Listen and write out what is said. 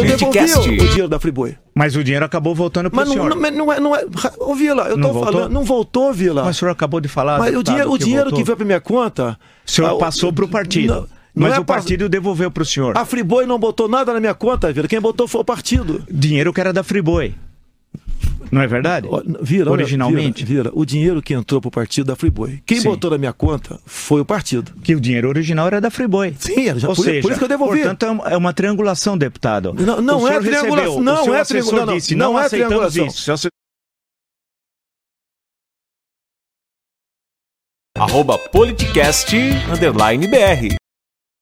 Criticast. devolviam o dinheiro da Friboi. Mas o dinheiro acabou voltando pro Mas não, senhor. não, mas não é, não é. Ô, Vila, eu Não tô voltou? falando. Não voltou, Vila. Mas o senhor acabou de falar. Mas o deputado, dinheiro, o dinheiro que voltou. veio pra minha conta. O senhor ah, passou pro partido. Não- não mas é Ah. o pass- partido devolveu pro senhor. A Friboi não botou nada na minha conta, Vila. Quem botou foi o partido. Dinheiro que era da Friboi. Não é verdade? Ó, Vira, olha, Originalmente. Vira, vira, o dinheiro que entrou pro partido da Friboi. Quem Sim. botou na minha conta foi o partido. Que o dinheiro original era da Friboi. Sim, já, Ou por, seja, por isso que eu devolvi. Portanto, é uma- é uma triangulação, deputado. Não- não O senhor é triangulação, recebeu, não o seu é assessor triangula- não, disse, não não, é aceitamos triangulação. isso. Seu asse- Arroba Politicast, underline BR.